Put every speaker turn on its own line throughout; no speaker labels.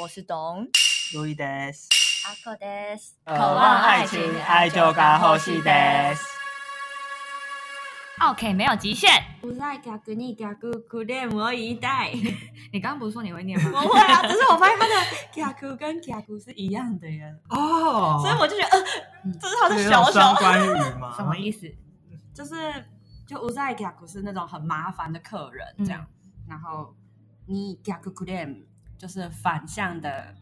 我是董
路易德斯，
阿克德斯，
渴望爱情，爱就该呼吸德。
OK，没有极限。
不在嘎咕尼嘎咕咕练魔一代，
你刚刚不是说你会念吗？
我会啊，只是我发现他的嘎咕跟嘎咕是一样的耶，
哦，
所以我就觉得，呃
嗯，
这是他的
这
小
有双
小，
关语吗？
什么意思？
就是就乌在嘎咕是那种很麻烦的客人这样，然后你嘎咕咕练就是反向的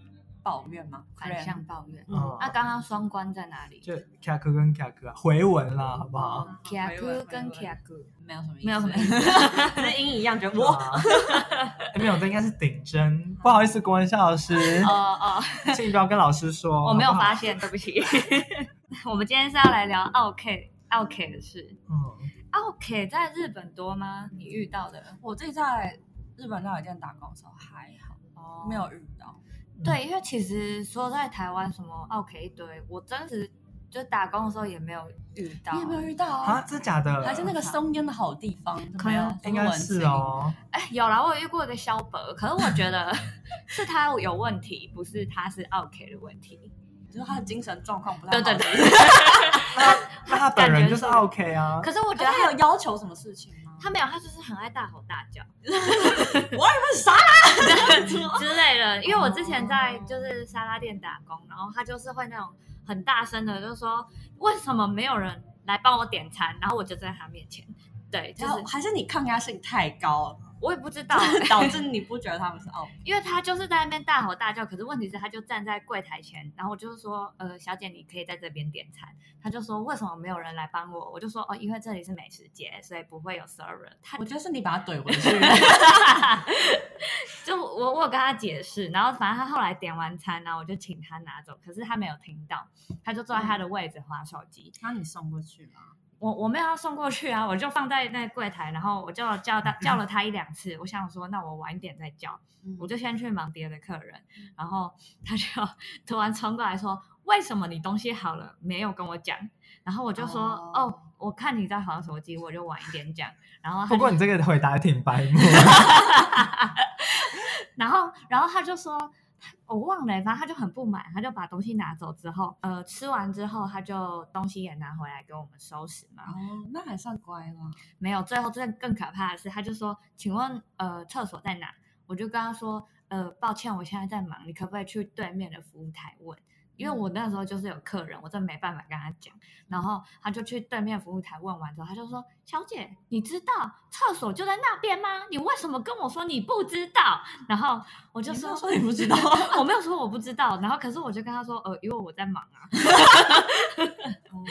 抱怨吗？
反向抱怨。
哦
那刚刚双关在哪里？
就卡克跟卡克啊回文啦，好不好？
啊
卡
回
库
文
跟
回
卡
文
库，
没有什么意思，
没 有什么意
思，那音一样，觉得我
哇， 哎没有，这应该是顶针。不好意思，国文校老师，
哦哦，
请你不要跟老师说。
哦
我没有
好不好
发。现，对不 起。我们今天是要来聊 OK OK 的事。
嗯，
OK 在日本多吗？你遇到的？
我自己在日本料理店打工的时候还好，
哦
没有遇到。
对，因为其实说在台湾什么 OK 一堆，我真实就打工的时候也没有遇到，
你也没有遇到
啊，
啊？
真假的？
还是那个松烟的好地方，
可能
应该是。哦。
哎，有啦，我有遇过一个肖伯，可是我觉得 是他有问题，不是他是 OK 的问题。
就是他的精神状况不太
对对
好。
对，
那他本人就是 OK 啊。
可是我
我
觉
觉
得
得
他
他有要求什么事情吗？
他没有，他就是很爱大吼大 叫
我也不是啥
之类的。因为我之前在就是沙拉店打工，然后他就是会那种很大声的，就说为什么没有人来帮我点餐，然后我就在他面前，对，就
然后
是
还是你抗压性太高，
我也不知道、欸
导致你不觉得他们是哦傲慢。
因为他就是在那边大吼大叫，可是问题是他就站在柜台前，然后我就说，呃，小姐，你可以在这边点餐。他就说，为什么没有人来帮我？我就说，哦，因为这里是美食街，所以不会有 server。他
我觉得是你把他怼回去。
就我我有跟他解释，然后反正他后来点完餐，然后我就请他拿走，可是他没有听到，他就坐在他的位置划手机。
那你送过去吗？
我我没有要送过去啊，我就放在那柜台，然后我就叫他叫了他一两次，我想说，那我晚一点再叫。我就先去忙别的客人，然后他就 突然冲过来说：“为什么你东西好了没有跟我讲？”然后我就说：“
哦
哦我看你在划手机，我就晚一点讲。”然后他
不
就
过你这个回答挺白目。
然后然后他就说：“他我忘了、反正他就很不满，他就把东西拿走之后，呃，吃完之后他就东西也拿回来给我们收拾嘛。
哦，那还算乖了。
没有，最后真的更可怕的是，他就说：“请问，呃，厕所在哪？”我就跟他说：“呃，抱歉，我现在在忙，你可不可以去对面的服务台问？”因为
嗯
我那时候就是有客人，我真没办法跟他讲。然后他就去对面服务台问完之后，他就说：“小姐，你知道厕所就在那边吗？你为什么跟我说你不知道？”然后我就
你没
说：“
有说你不知道
我没有说我不知道。”然后可是我就跟他说：“呃，因为我在忙啊。”
哦，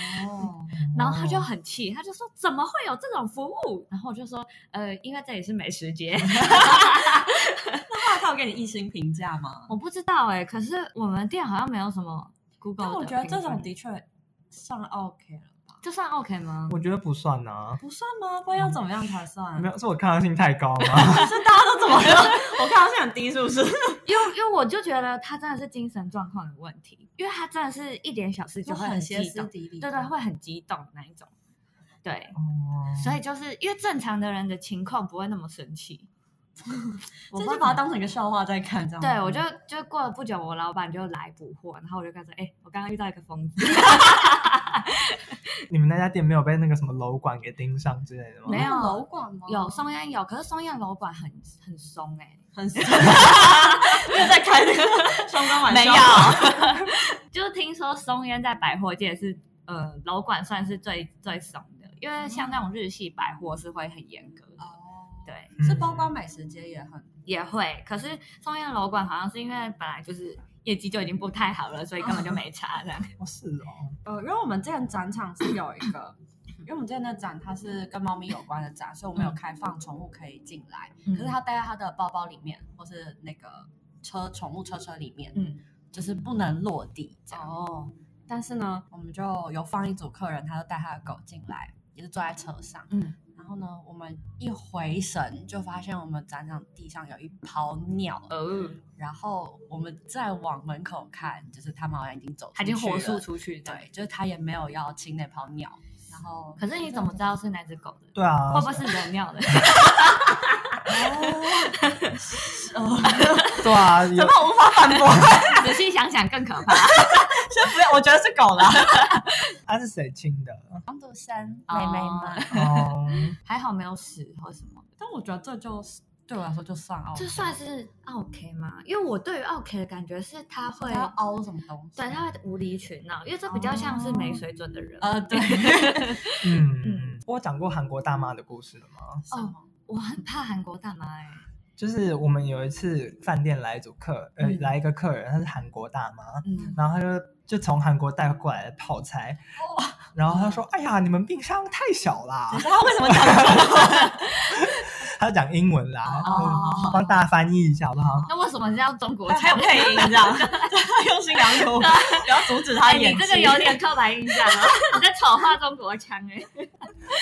然后他
嗯
就很气，他就说怎么会有这种服务？然后我就说，呃，因为这里是美食 街，
那他有给你一星评价吗？
我不知道哎、可是我们店好像没有什么 Google
但
的
我觉得这种
评分
的确算 OK 了吧？
这算 OK 吗？
我觉得不算啊，
不算吗？不然要怎么样才算？
嗯
没有，是我抗压性太高吗？
那怎么了？我看到是很低，是不是？
因为因为我就觉得他真的是精神状况的问题，因为他真的是一点小事就会很
歇
激
斯
动，
底里，
对对，会很激动那一种，对。
哦
所以就是因为正常的人的情况不会那么生 气，
这
不知
就把它
道
当哦成一个笑话在看，这样吗。
对，我就就过了不久，我老板就来补货，然后我就跟他说：“哎、我刚刚遇到一个疯子。”
你们那家店没有被那个什么楼管给盯上之类的吗？
没有
楼管吗？
有松烟有，可是松烟楼管很很松哎、
很 又在开那个 双关玩笑，，
就是听说松烟在百货界是呃楼管算是最最松的，因为像那种日系百货是会很严格的，
哦，
对，
嗯
是包括美食街也很
也会。可是松烟楼管好像是因为本来就是业绩就已经不太好了，所以根本就没差 这样。
哦是哦，
呃，因为我们之前展场是有一个。因为我们之前的展它是跟猫咪有关的展，所以我们有开放宠物可以进来，
嗯
可是它待在它的包包里面或是那个车宠物车车里面，
嗯
就是不能落地这样。
哦
但是呢，我们就有放一组客人，他就带他的狗进来，也是坐在车上。
嗯，
然后呢，我们一回神就发现我们展场地上有一泡尿，
哦，
然后我们再往门口看，就是他们好像已经走出
他已经火
去
速
了
出去哦的。
对，就是他也没有要清那泡尿。然后
可是你怎么知道是哪只狗的？
对啊
会，不会是人尿的？
哦，
对 啊，有
怎么无法 反驳？
仔细想想更可怕。
先不要，我觉得是 狗啦。
啊他是谁亲的？
黄赌生
哦
妹妹嘛，
哦，
还好没有死或什么的。
但我觉得这就是对我来说就算哦，
这算是 OK 吗？因为我对于 OK 的感觉是他会，
它要凹什么东西？
对，他会无理取闹，因为这比较像是没水准的人。
呃，对，
嗯，我有讲过韩国大妈的故事了吗？
哦， 我很怕韩国大妈哎、
就是我们有一次饭店来一组客，呃，
嗯
来一个客人，她是韩国大妈，
嗯，
然后她就就从韩国带过来的泡菜，然后她说：“哎呀，你们冰箱太小 啦
你。知道他为什么讲这个？”
她讲英文啦，嗯
哦
帮大家翻译一下好不好？
那为什么是要中国
还
腔？
有
哎
配音 这样，用心良苦，不要阻止他
啊哎，
演
你
技。
这个有点 刻板印象了，你在丑化中国腔哎、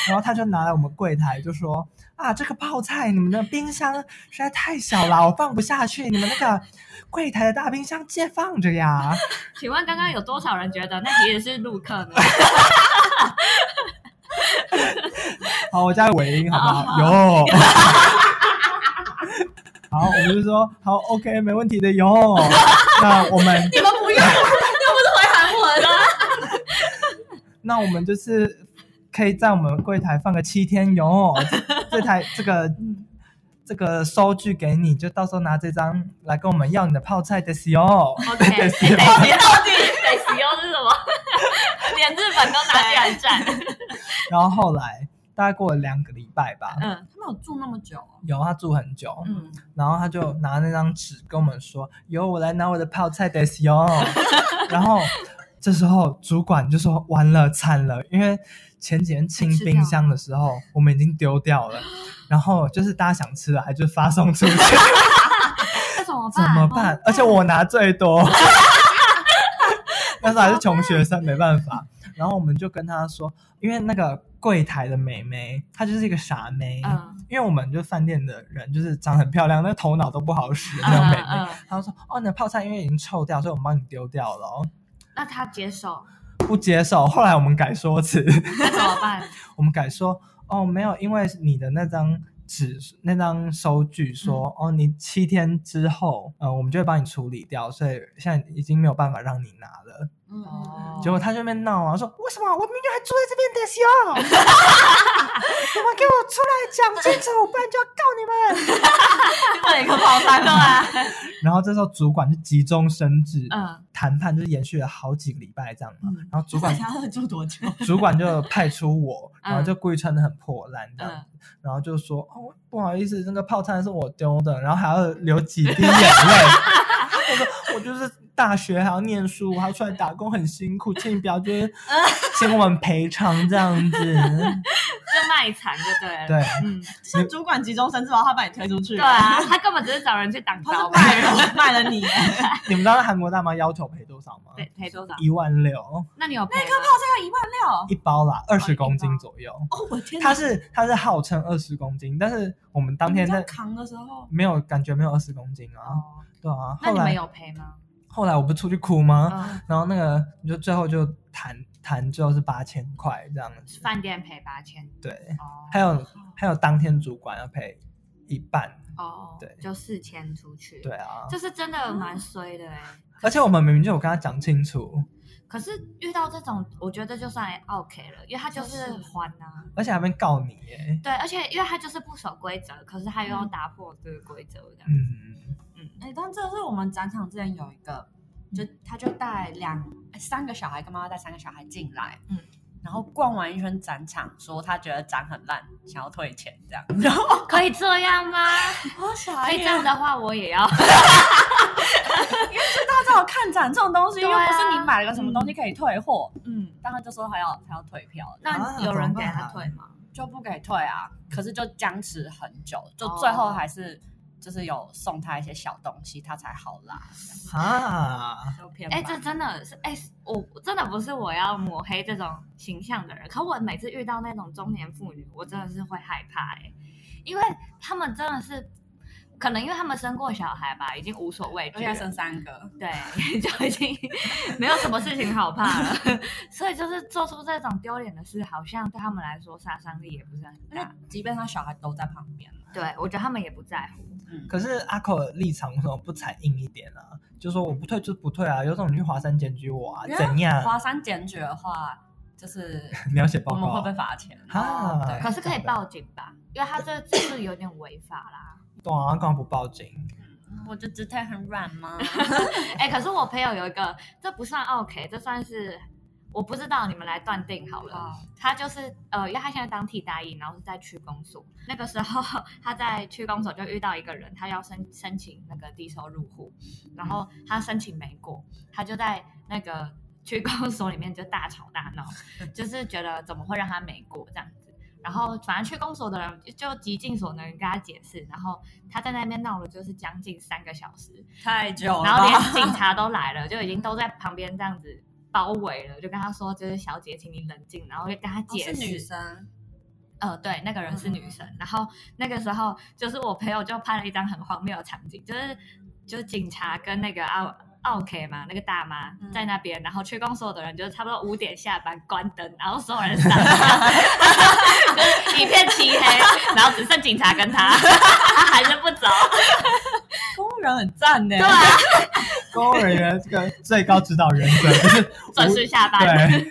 然后她就拿来我们柜台就说：“啊，这个泡菜你们的冰箱实在太小啦，我放不下去，你们那个柜台的大冰箱借放着呀。”
请问刚刚有多少人觉得那其实是陆客呢？
好，我加尾音好不好？有。 好，我们就说好，OK，没问题的，有。那我们，
你们不用，
会韩文的。
那我们就是可以在我们柜台放个七天，有。这台这个这个收据给你，就到时候拿这张来跟我们要你的泡菜的哟。
OK，得
使用
得到底得使用是什么？ 连日本都拿起来 站。
然后后来大概过了两个礼拜吧，
嗯
他们有住那么久哦。
有他住很久，
嗯，
然后他就拿那张纸跟我们说：“由我来拿我的泡菜得哟。”然后这时候主管就说：“完了，惨了，因为前几天清冰箱的时候，我们已经丢掉了。然后就是大家想吃的，还就发送出去，
那怎么
怎
办？
么
哦
办？而且我拿最多， 那时候还是穷学生，没办法。然后我们就跟他说，因为那个柜台的美眉，她就是一个傻妹，
嗯
因为我们就饭店的人就是长得很漂亮，那头脑都不好使的那种美眉。
嗯嗯，
他说：“哦，你的泡菜因为已经臭掉，所以我们帮你丢掉了、哦。
那他接受，”
不接受。后来我们改说辞，
那怎么办？
我们改说：“哦，没有，因为你的那张纸、那张收据说，哦，你七天之后，呃，我们就会帮你处理掉，所以现在已经没有办法让你拿了。”
嗯
哦
结果他就在那边闹啊，说：“为什么我明明还住在这边的时候，你们给我出来讲清楚，不然就要告你们。”
换一个泡菜
对啊，
然后这时候主管就急中生智，
嗯
谈判就是延续了好几个礼拜这样嘛。然后主 管
他要住多久？
主管就派出我，然后就
嗯
故意穿的很破烂这样
嗯，
然后就说哦不好意思，那个泡菜是我丢的，然后还要流几滴眼泪。 我说我就是大学还要念书，我还要出来打工，很辛苦，请你不要 就是请我们赔偿这样子。
就卖惨就对了。
对，
嗯，
是主管急中生智，然后他把你推出去。
对啊，，他根本只是找人去啊挡
他
招
是
吧？
卖了卖了你。
你们知道韩国大妈要求赔多少吗？
赔赔多少？
一万六，
那你有赔吗？
要一万六。
一包啦，二十公斤左右。
哦，我天哪！
它是它是号称二十公斤，但是我们当天
你这样
在
扛的时候，
没有感觉没有二十公斤啊，
哦，
对啊。
那
后
你们
来
有赔吗？
后来我不出去哭吗？
嗯，
然后那个你就最后就谈谈最后是八千块这样子，
饭店赔八千。
对，
哦
还有还有当天主管要赔一半，
哦，
对
就四千出去。
对，啊。
这是真的蛮衰的哎。
而且我们明明就有跟他讲清楚，
可是遇到这种，我觉得就算 OK 了，因为他就是
就是
还啊。
而且还没告你耶，
对，而且因为他就是不守规则，可是他又要打破这个规则的。
嗯，
哎，但这是我们展场之前有一个，就他就带两哎三个小孩，跟妈妈带三个小孩进来，
嗯
嗯，然后逛完一圈展场，说他觉得展很烂，想要退钱这样， 然后
可以这样吗？
我傻
可以
眼，
这样的话，我也要。
大家只有看展这种东西，
对
又
啊
不是你买了个什么东西可以退货，
嗯，
当然就说他要他要退票，那
那
啊
有
怎
人
么
给
办
他
啊
退吗？
就不给退啊。可是就僵持很久，就
哦
最后还是就是有送他一些小东西，他才好啦。
哈，
就偏
哎、
吧
这真的是哎、我我真的不是我要抹黑这种形象的人，可我每次遇到那种中年妇女，我真的是会害怕哎、因为他们真的是可能因为他们生过小孩吧，已经无所畏
而
惧
且
了
还。生三个，
对， 就已经没有什么事情好怕了，所以就是做出这种丢脸的事，好像对他们来说杀伤力也不是很
那
大。
即便他小孩都在旁边了，
对，我觉得他们也不在乎。
嗯，
可是阿口的立场为什么不踩硬一点啊？就说我不退就不退啊，有种你去华山检举我啊，怎样？
华山检举的话，就是
你要写报
我们
告啊
会被？罚钱
啊
对
可是可以报警吧，因为他这就是有点违法啦。
对啊，干嘛不报警？
我的姿态很软吗？
哎、可是我朋友有一个，这不算 OK，这算是我不知道，你们来断定好了。
好
他就是呃，因为他现在当替代役，然后是在区公所。那个时候他在区公所就遇到一个人，他要申申请那个低收入户，然后他申请没过，他就在那个区公所里面就大吵大闹，就是觉得怎么会让他没过这样子。然后反正区公所的人就极尽所能跟他解释，然后他在那边闹了就是将近三个小时，
太久了吧，
然后连警察都来了，就已经都在旁边这样子包围了，就跟他说，就是小姐，请你冷静，然后就跟他
哦
解
是女
释。
生，
呃，对，那个人是女生。
嗯
然后那个时候，就是我朋友就拍了一张很荒谬的场景，就是就是警察跟那个奥奥 K 嘛，那个大妈
嗯
在那边，然后区公所的人就差不多五点下班关灯，然后所有 人散了，就是一片漆黑，然后只剩警察跟他，他还是不走。
公务员很赞呢，
对啊，
公务人员这个最高指导原则就是
准
无
时下班。
对，你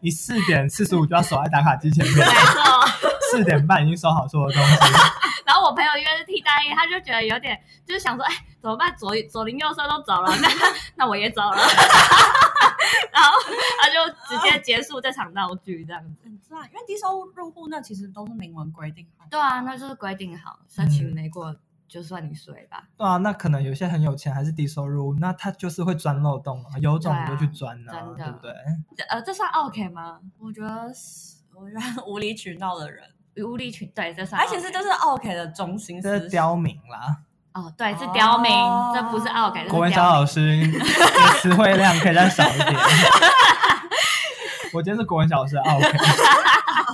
你四点四十五就要守在打卡机前面
没，错。
四点半已经收好所有东西，
然后我朋友因为是替代役，他就觉得有点，就是想说，哎，怎么办？左左邻右舍都走了， 那那我也走了。 然后他就直接结束这场闹剧，这样子。
很赞，因为低收入户那其实都是明文规定好的，
对啊，那就是规定好，申请没过就算你衰吧。
对啊，那可能有些很有钱还是低收入，那他就是会钻漏洞啊，有种你就去钻啊，
对啊真的
对不对？
这呃，这算 OK 吗？
我觉得是，我觉得无理取闹的人，
无理取对，这算、
而
OK。
且是就是 OK 的中心
这
思
是
想，
刁民啦。
哦，对，是刁民，
哦
这不是 OK，这
国文
是
小
刁民。
老师，你的词汇量可以再少一点。我今天是国文小老师，OK，啊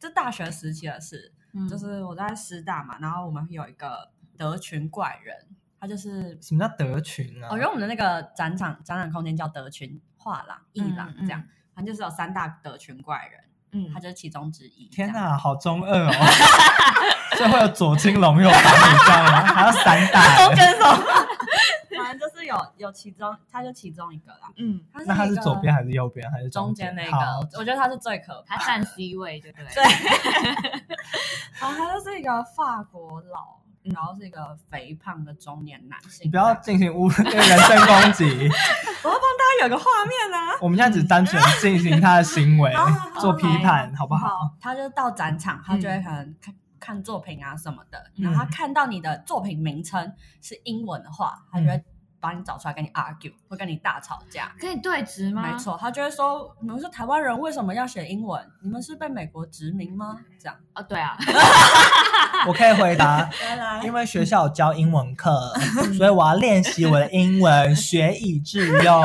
这大学时期的事，
嗯
就是我在师大嘛，然后我们有一个德群怪人，他就是，
什么叫德群啊？
哦我觉得我们的那个展场展览空间叫德群画廊、艺廊
嗯嗯
这样，反正就是有三大德群怪人，
嗯
他，就是其中之一。
天
哪！
哪，好中二哦！ 所以会有左青龙右白虎这样吗？还要散打
中
欸、
间是什么？反正就是有有其中，他就其中一个啦。
嗯，
他是
那他是
一个
左边还是右边还是
中
间
间那
好
个，我觉得他是最可怕
他
的。
占 C 位，对不对了？
对，然后哦他就是一个法国佬，然后是一个肥胖的中年男性。
你不要进行侮辱对人身攻击，
我要帮大家有个画面啊！
我们现在只单纯进行他的行 为
好哦好好
做批判，好不好？
好，他就到展场，他就会可能看、看作品啊什么的，
嗯
然后他看到你的作品名称是英文的话，他就会把你找出来跟你 argue，会跟你大吵架。
可以对质吗？
没，错，他就会说：“你们是台湾人，为什么要写英文？你们是被美国殖民吗？”这样，
哦，对啊，
我可以回 答，
来来
因为学校有教英文课，所以我要练习我的英文，学以致用。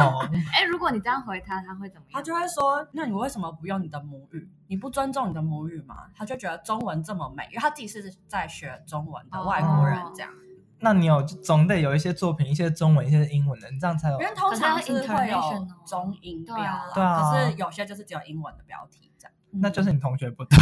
哎，如果你这样回他，他会怎么
他
样？
就会说：“那你为什么不用你的母语？你不尊重你的母语吗？”他就觉得中文这么美，因为他自己是在学中文的外国人
哦，
这样，
那你有总得有一些作品，一些中文，一些英文的，你这样才有
因。为通常是
可
会啊
是他会
有
international
中英标啦，
对啊
可是有些就是只有英文的标题这样，
那就是你同学不对，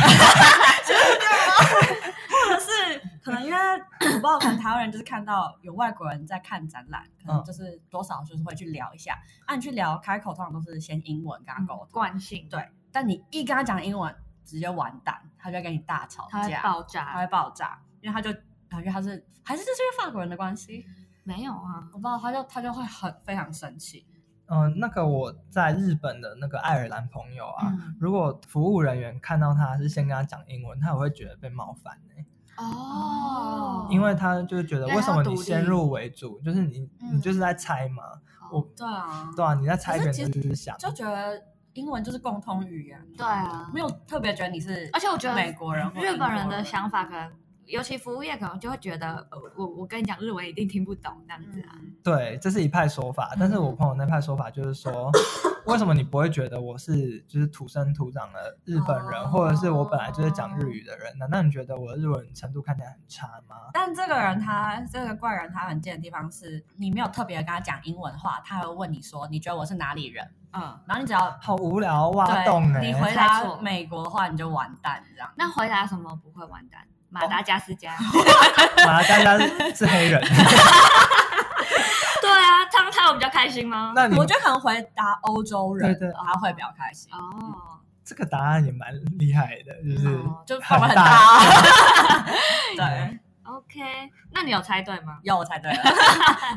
或者是 可能因为我不知道，可能台湾人就是看到有外国人在看展览，可能就是多少就是会去聊一下，啊按、你去聊开口通常都是先英文跟他
嗯
沟通，
惯性，
对，但你一跟他讲英文，直接完蛋，他就会跟你大吵
他会
架，
爆
他
炸。
会爆炸，因为他就。啊因为他是还是这是因为法国人的关系，
没有啊，
我不知道，他就他就会很非常生气，
嗯、那个我在日本的那个爱尔兰朋友啊，
嗯
如果服务人员看到他是先跟他讲英文，他也会觉得被冒犯、欸
哦，
因为他就是觉得
因为他
为什么
要独
你
立
先入为主，就是你、
嗯
你就是在猜嘛，我
对啊，
对啊，你在猜
可
别
是
人的思想，
就觉得英文就是共通语言，
对啊
没有特别觉得你是，
而且我觉得
美国人、
啊日本人的想
法，
法可能尤其服务业可能就会觉得，呃我我跟你讲日文一定听不懂这
嗯
样子啊。
对，这是一派说法，但是我朋友那派说法就是说，为什么你不会觉得我是就是土生土长的日本人，
哦
或者是我本来就是讲日语的人？难道你觉得我的日文程度看起来很差吗？
但这个人他这个怪人他很贱的地方是，你没有特别跟他讲英文话，他会问你说你觉得我是哪里人，
嗯，
然后你只要
好无聊，挖洞哎、
对你回
猜
答
错
美国话你就完蛋这样。
那回答什么不会完蛋？马达加斯 加。
马来大家是黑 人，
对啊，他们猜我比较开心吗？
那你
我觉得可能回答欧洲人，
嗯对对
他会比较开心，
哦，
这个答案也蛮厉害的，就是、
哦
就范围
很
很
大嗯
大哦。 对，
OK，那你有猜对吗？
要我 猜对了，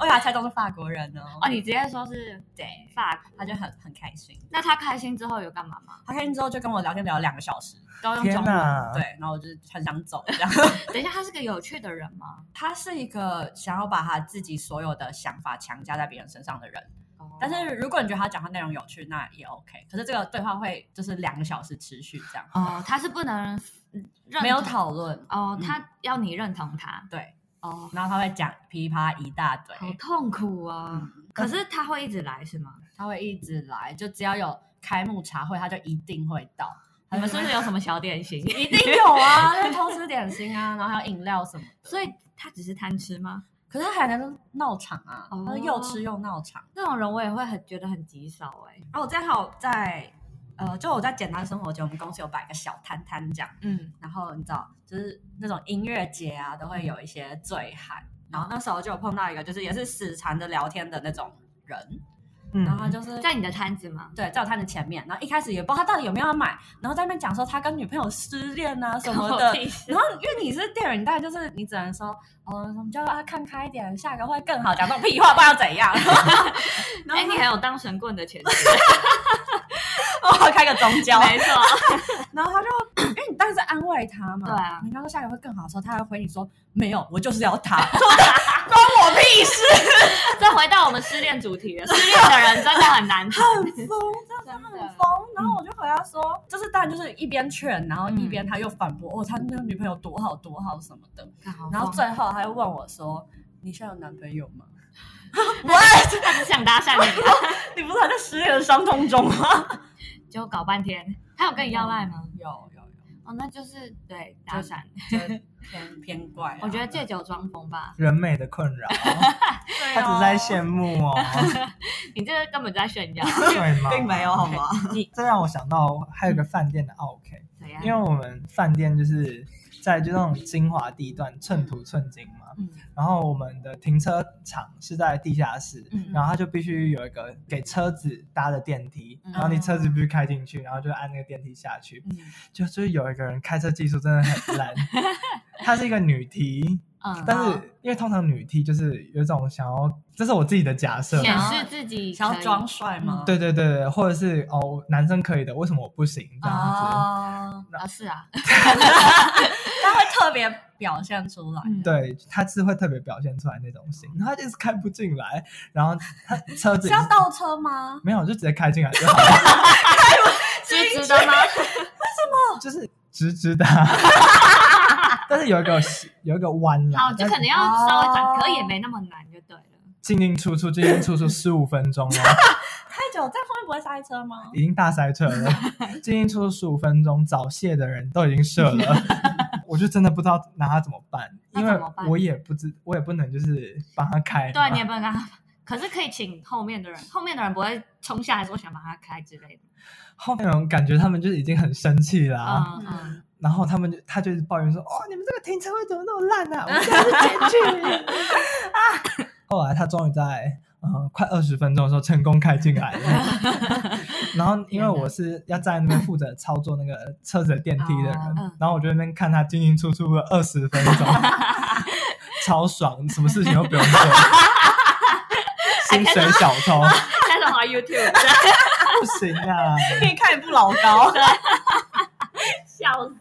我以为他猜都是法国人哦。
哦，你直接说是
对，
法国，
他就很很开心。
那他开心之后有干嘛吗？
他开心之后就跟我聊天聊了两个小时，都用
天
中
哪
文。对，然后我就很想走这样。
等一下，他是个有趣的人吗？
他是一个想要把他自己所有的想法强加在别人身上的人，
哦
但是如果你觉得他讲话内容有趣，那也 OK。可是这个对话会就是两个小时持续这样，
哦，他是不能嗯认
没有
同
讨论，
哦，
嗯
他要你认同他
对，
哦，
然后他会讲噼啪一大堆，
好痛苦啊！可是他会一直来是 吗？
他会一直来，就只要有开幕茶会，他就一定会到。
你们是不是有什么小点 心？
一定有 啊，在偷吃点心啊，然后还有饮料什么的。
所以他只是贪吃吗？
可是他还能闹场啊，
哦
他是又吃又闹场。啊
这种人我也会很觉得很棘手哎、
然后我正好在呃，就我在简单生活节，我们公司有摆一个小摊摊这样，
嗯，
然后你知道，就是那种音乐节啊，都会有一些醉汉。然后那时候就有碰到一个，就是也是死缠着聊天的那种人，
嗯
然后他就是
在你的摊子吗？
对，在我摊的前面，然后一开始也不知道他到底有没有要买，然后在那边讲说他跟女朋友失恋啊什么
我
的
自，己 是
然后因为你是店员，你当然就是你只能说，哦，我们就要看开一点，下一个会更好，讲这种屁话，不知道怎样。 然
哎、
后
你还有当神棍的潜质，
我开个宗教，
没错，
然后他就，因为你当然是安慰他嘛，
对啊
你刚说下一个会更好的时候，他还回你说没有，我就是要他，关我屁事，
再回到我们失恋主题了，失恋的人真的很难谈，
很疯，真的很疯。然后我就回他说，就是当然就是一边劝，然后一边他又反驳，哦，他那个女朋友多好多好什么的，然
然
后
后
最后他又问我说，你现在有男朋友吗？
他只想搭讪你啊，
你不是还在失恋的伤痛中吗？
就搞半天。他有跟你要赖吗？
有有有，
哦，那就是对搭讪，
就是偏偏怪啊、
我觉得借酒装疯吧。
人美的困扰，
对
他
哦
只是在羡慕 哦，
你这个根本就在炫耀，
对吗？
并没有好吗？
你
这让我想到还有一个饭店的 OK，、
怎
嗯
样？
因为我们饭店就是在就那种精华地段，寸土寸金嘛。
嗯
然后我们的停车场是在地下室，
嗯嗯
然后它就必须有一个给车子搭的电梯，
嗯
然后你车子必须开进去，然后就按那个电梯下去。
嗯
就就是有一个人开车技术真的很 烂，她是一个女梯，
嗯，
但是因为通常女梯就是有一种想要，这是我自己的假设，
显示自己
想
可
要
以
装帅吗？
对对对对，或者是哦男生可以的，为什么我不行这样子？
啊，
啊，是啊，
他会特别表现出来。
嗯，
对，他是会特别表现出来那种型，然后他就是开不进来，然后他车子
是
已经
要倒车吗？
没有就直接开进来就好了，
是值 得吗？
就是直直的啊，但是有一个有一个弯啦
好，，哦就
但
可
是
能要稍微转，
哦
可也没那么难，就对了。
进进出出进进出出十五分钟哦，
太久这样后面不会塞车 吗？
已经大塞车 了，进进出出十五分钟，早泄的人都已经射 了，我就真的不知道拿他怎么办，
那
因
怎
为
么办
我也不知我也不能就是帮他开嘛，
对，啊你也不能跟他。可是可以请后面的人，后面的人不会冲下来说想把他开之类的。
后面我感觉他们就是已经很生气啦、
嗯嗯，
嗯，
然后他们就他就是抱怨说：“哦，你们这个停车位怎么那么烂啊？我们要进去 啊！”后来他终于在呃快二十分钟的时候成功开进来了。 然后因为我是要在那边负责操作那个车子的电梯的人，
哦
嗯
然后我就在那边看他进进出出了二十分钟， 超爽，什么事情都不用 做，薪水小偷
哎
开始滑 YouTube，
不行啊！
可以看也不老高。
笑死。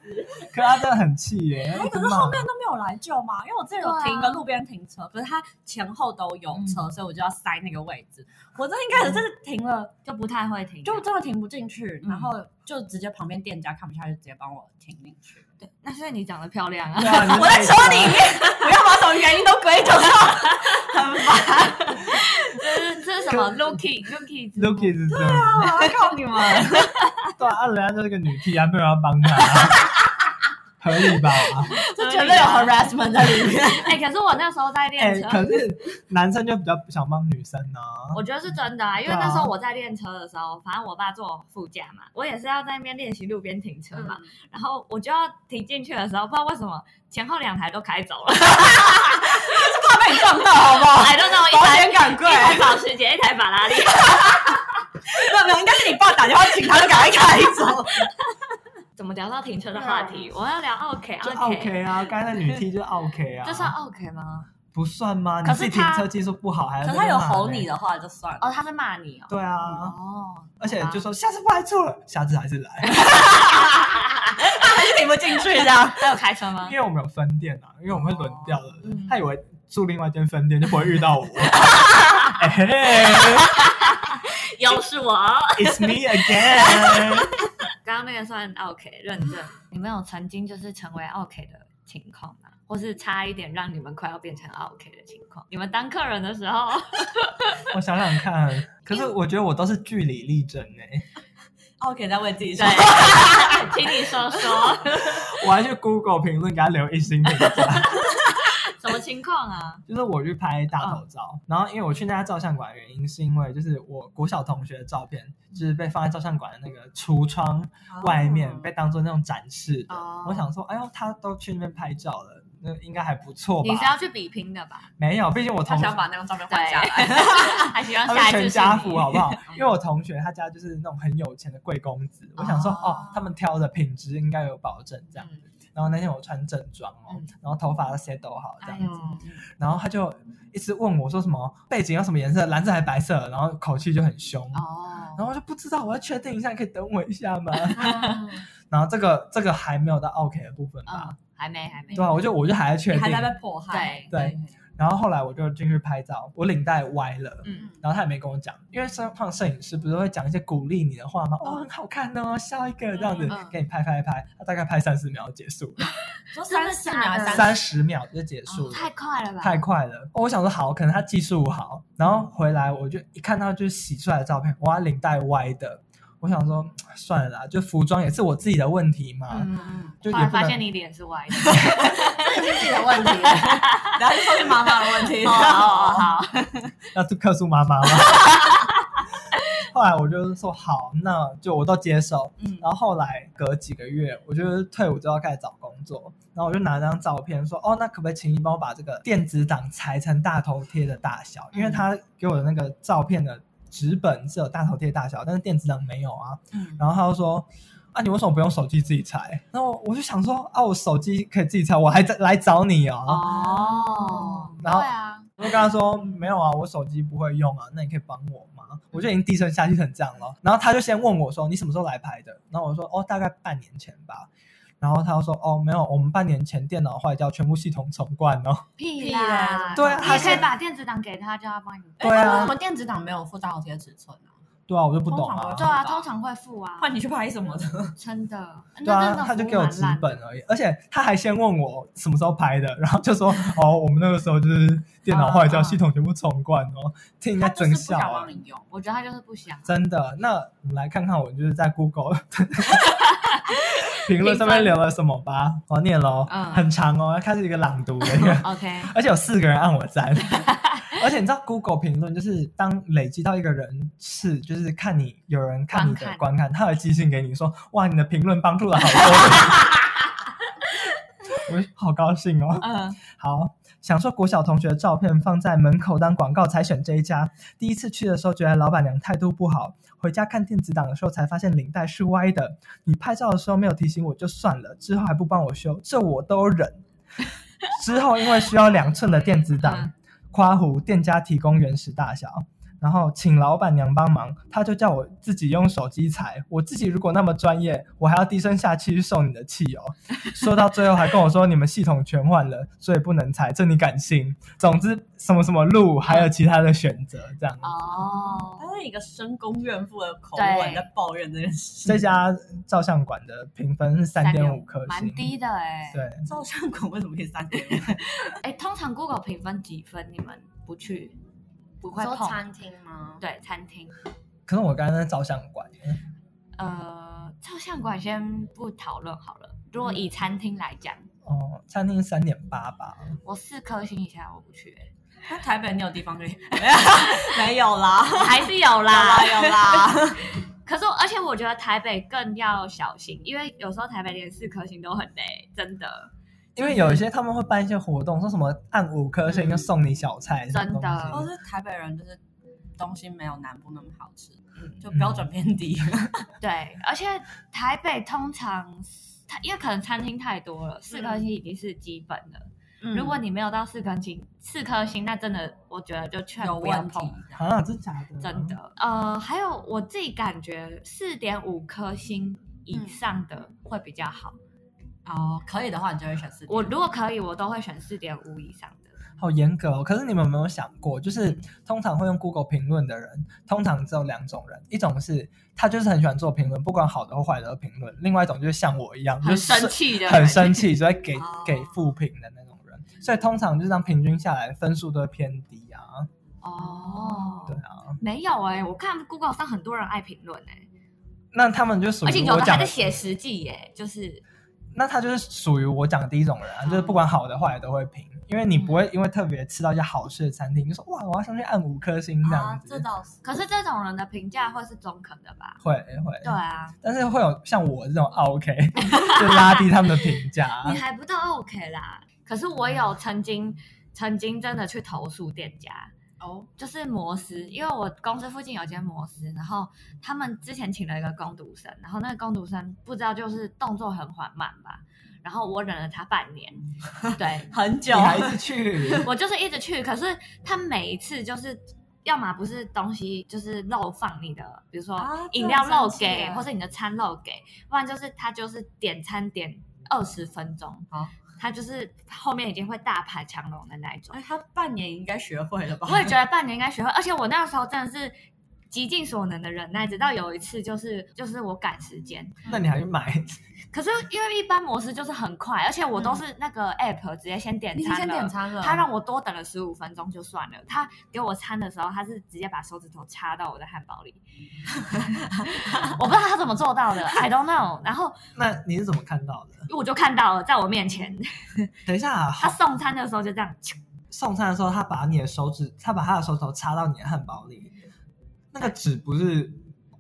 可他真的很气耶！
哎，可是后面都没有来救嘛，因为我之前有停一个路边停车，可是他前后都有车，所以我就要塞那个位置。我这一开始真的停了，
就不太会停啊，
就真的停不进去，
嗯
然后就直接旁边店家看不下去，直接帮我停进去。
对，那是你长得漂亮啊
对。啊，你
我在车里 面，我嗯要把什么原因都归咎 到，很烦。
这是这是 什么？Lucky Lucky
Lucky 是这样，
我要告你们，
对啊，人家就是个女 T 啊，没有人要帮 她，合理吧？
这绝对有 harassment 在里面。
哎、可是我那时候在
哎、
练车，
可是男生就比较不想帮女生啊呢、
我觉得是真的啊，因为
对啊
那时候我在练车的时候，反正我爸坐我副驾嘛，我也是要在那边练习路边停车嘛，
嗯
然后我就要停进去的时候，不知道为什么前后两台都开 走了，
怕被你撞到，好不好？
I don't know，一
保
台
险杆贵
一，台保时捷，一台法拉利，
没有没有，应该是你爸打电话请他，就赶快开走。
怎么聊到停车的话题？我要聊 OK
嗯就
OK，
OK 啊，刚才那女 T 就是 OK 啊，
这算 OK 吗？
不算吗？你
可
自
是
己停
他
车技术不好，还
可
要
是他有吼
吼
你，的嗯话就算了，
哦，他是骂你哦，
对啊，
哦，
而且
好吧
就说下次不来坐了，下次还 是来，
他还是停不进去这样。
他有开车吗
因？为我们有分店啊，因为我们会轮调
哦
的
嗯，
他以为住另外一间分店就不会遇 到我。哎嘿
又是我。
，It's me again。
刚刚那个算 OK 认证，你们有曾经就是成为 OK 的情况吗？或是差一点让你们快要变成 OK 的情况？你们当客人的时候，
我想想看，可是我觉得我都是据理力争哎，
OK，再为自己
对
说。，
请你说说
我还去 Google 评论给他留一星评价。
什么情况啊？
就是我去拍大
嗯
头照，然后因为我去那家照相馆的原因，是因为就是我国小同学的照片，就是被放在照相馆的那个橱窗外面，被当做那种展示的。
哦
我想说，哎呦，他都去那边拍照了，那应该还不错吧
你？是要去比拼的吧？
没有，毕竟我
他
同
想
学
把那张照片换下来。
还希望
他们
下一次
全
是
家
你
福啊好不 好？因为我同学他家就是那种很有钱的贵公子，我想说，
哦
哦，他们挑的品质应该有保证这样。
嗯
然后那天我穿正装哦，
嗯
然后头发都 set 好这样
哎
嗯
呦
子。，然后他就一直问我说什么背景要什么颜色，蓝色还白色，然后口气就很凶，然
哦，
后我就不知道，我要确定一下，可以等我一下 吗？
嗯
然后这个这个还没有到 OK 的部分吧，
嗯，还没，还没，
对啊，我就我就还在确
你
定
还，在被迫害。
对对，然后后来我就进去拍照，我领带歪了。
嗯，
然后他也没跟我讲，因为摄像摄影师不是会讲一些鼓励你的话吗？哦，很好看哦，笑一个这样子
嗯嗯，
给你拍拍拍，他大概拍三十秒就结束 了，
说三四秒
真的假
还是
的
三
三十秒就结束了，
哦太快了吧？
太快了。哦我想说好，可能他技术好，然后回来我就一看到就是洗出来的照片，哇，领带歪的。我想说算了啦，就服装也是我自己的问题嘛，
嗯，嗯
就
嗯，
也
后来
不
发
能
现你脸是歪的。
这是自己的问 题， 然后就说是妈妈的问题。
哦
哎
哦，好，
要克诉妈妈嘛。 后来我就说好，那就我都接受。
嗯
然后后来隔几个月，我就是退伍之后开始找工作，然后我就拿张照片说，哦，那可不可以请你帮我把这个电子档裁成大头贴的大小？
嗯
因为他给我的那个照片的纸本是有大头贴大小，但是电子档没有啊。
嗯，
然后他就说。啊，你为什么不用手机自己裁？然后我就想说，啊，我手机可以自己裁，我还在来找你哦。
哦，
然后
对啊，
我就跟他说没有啊，我手机不会用啊，那你可以帮我吗？我就已经低声下气成这样了。然后他就先问我说你什么时候来拍的？然后我说哦，大概半年前吧。然后他就说哦，没有，我们半年前电脑坏掉，全部系统重灌哦。
屁
屁
啦
啦，
对啊
你
他
也可以
是
把电子档给他，叫他帮你。
对
为
啊
什，么电子档没有附大头贴尺寸呢？
对啊，我就不懂
通
啊
常。
对啊，通常会付啊，
换你去拍什么的？
真的，
对
那真
啊
的，
他就
服务
给我
蛮
纸
烂的
本而已，而且他还先问我什么时候拍的，然后就说哦，我们那个时候就是电脑坏掉，
啊
系统全部重灌哦，听人家
他就是
真
不
笑
想
啊
帮。你用。
我觉得他就是不想。
真的，那我们来看看我就是在 Google 评论上面留了什么吧。我要念喽，
嗯
很长哦，要开始一个朗读 了，
OK，
而且有四个人按我 赞。而且你知道 Google 评论就是当累积到一个人次，就是看你有人看你的
观看
观看，他会寄信给你说：“哇，你的评论帮助了好多人。”我 好高兴哦！
嗯，
好，想说国小同学的照片放在门口当广告，才选这一家。第一次去的时候觉得老板娘态度不好，回家看电子档的时候才发现领带是歪的。你拍照的时候没有提醒我就算了，之后还不帮我修，这我都忍。之后因为需要两寸的电子档，夸胡店家提供原始大小。然后请老板娘帮忙，他就叫我自己用手机裁。我自己如果那么专业，我还要低声下气去受你的气哦。说到最后还跟我说你们系统全换了，所以不能裁，这你敢信？总之什么什么路还有其他的选择，这样。
哦，
他是一个深宫怨妇的口
对
吻在抱怨这件事。
这家
嗯
照相馆的评分是三点五颗星，
蛮低的哎、
对，
照相馆为什么可以三点五？
哎，通常 Google 评分几分？你们不去，不会
说
碰？
餐厅吗？
对，餐厅。
可能我刚刚在照相馆，
呃，照相馆先不讨论好了。如
嗯
果以餐厅来讲，
哦，餐厅三点八吧，
我四颗星以下我不去、欸，
那台北你有地方可以？没有 啦，
还是有
有
啦
啦有啦。
可是我，而且我觉得台北更要小心，因为有时候台北连四颗星都很累，真的。
因为有一些他们会办一些活动，说什么按五颗星
嗯
就送你小菜，什么
真
东
的哦
西
都是台北人，就是东西没有南部那么好吃，就标准偏低。
对，而且台北通常它因为可能餐厅太多了，四
嗯
颗星已经是基本了。
嗯
如果你没有到四颗星，四颗星那真的我觉得就劝
有
不要
问题
碰。，
啊，真假的？
真的，
嗯
呃，还有我自己感觉四点五颗星以
嗯
上的会比较好。
哦，可以的话你就会选四点五。
我如果可以，我都会选四点五以上的。
好严格哦。可是你们有没有想过，就是通常会用 Google 评论的人，通常只有两种人，一种是他就是很喜欢做评论，不管好的或坏的都评论；，另外一种就是像我一样，就
很
是
生气的，
很生。气，就会给
哦
给负评的那种人。所以通常就是这样平均下来，分数都会偏低啊。
哦，
对啊，
没有哎、我看 Google 上很多人爱评论哎，
那他们就属
而且
于
有
我
的
讲
还在
的，
写实际耶、就是
那他就是属于我讲的第一种人啊，就是不管好的坏的都会评，因为你不
嗯
会因为特别吃到一些好吃的餐厅，就说哇，我要上去按五颗星这样
啊，
子
这，倒是。
可是哦这种人的评价会是中肯的吧？
会会。
对啊，
但是会有像我这种啊 OK，就拉低他们的评价。啊
你还不到 OK 啦。可是我有曾经曾经真的去投诉店家，
哦，
就是摩斯，因为我公司附近有间摩斯，然后他们之前请了一个工读生，然后那个工读生不知道就是动作很缓慢吧，然后我忍了他半 年，对
很久
你还是去，
我就是一直去，可是他每一次就是。要么不是东西就是漏放你的，比如说
哦
啊
饮料漏
这很
给，
生气
或是你的餐漏给，不然就是他就是点餐点二十分钟，
哦
好
他就是后面已经会大排长龙的那一种。
哎，他半年应该学会了吧？
我也觉得半年应该学会，而且我那时候真的是极尽所能的忍耐，直到有一次就是就是我赶时间，
那你还去买？
可是因为一般模式就是很快，而且我都是那个 app 直接先点
嗯你已经
餐
先
了，
点餐了，
他让我多等了十五分钟就算了，他给我餐的时候，他是直接把手指头插到我的汉 堡里，我不知道他怎么做到的，I don't know。然后
那你是怎么看到的？
我就看到了，在我面前，
等一下啊，
他送餐的时候就这样，
送餐的时候，他把你的手指，他把他的手指头插到你的汉堡里，那个纸不是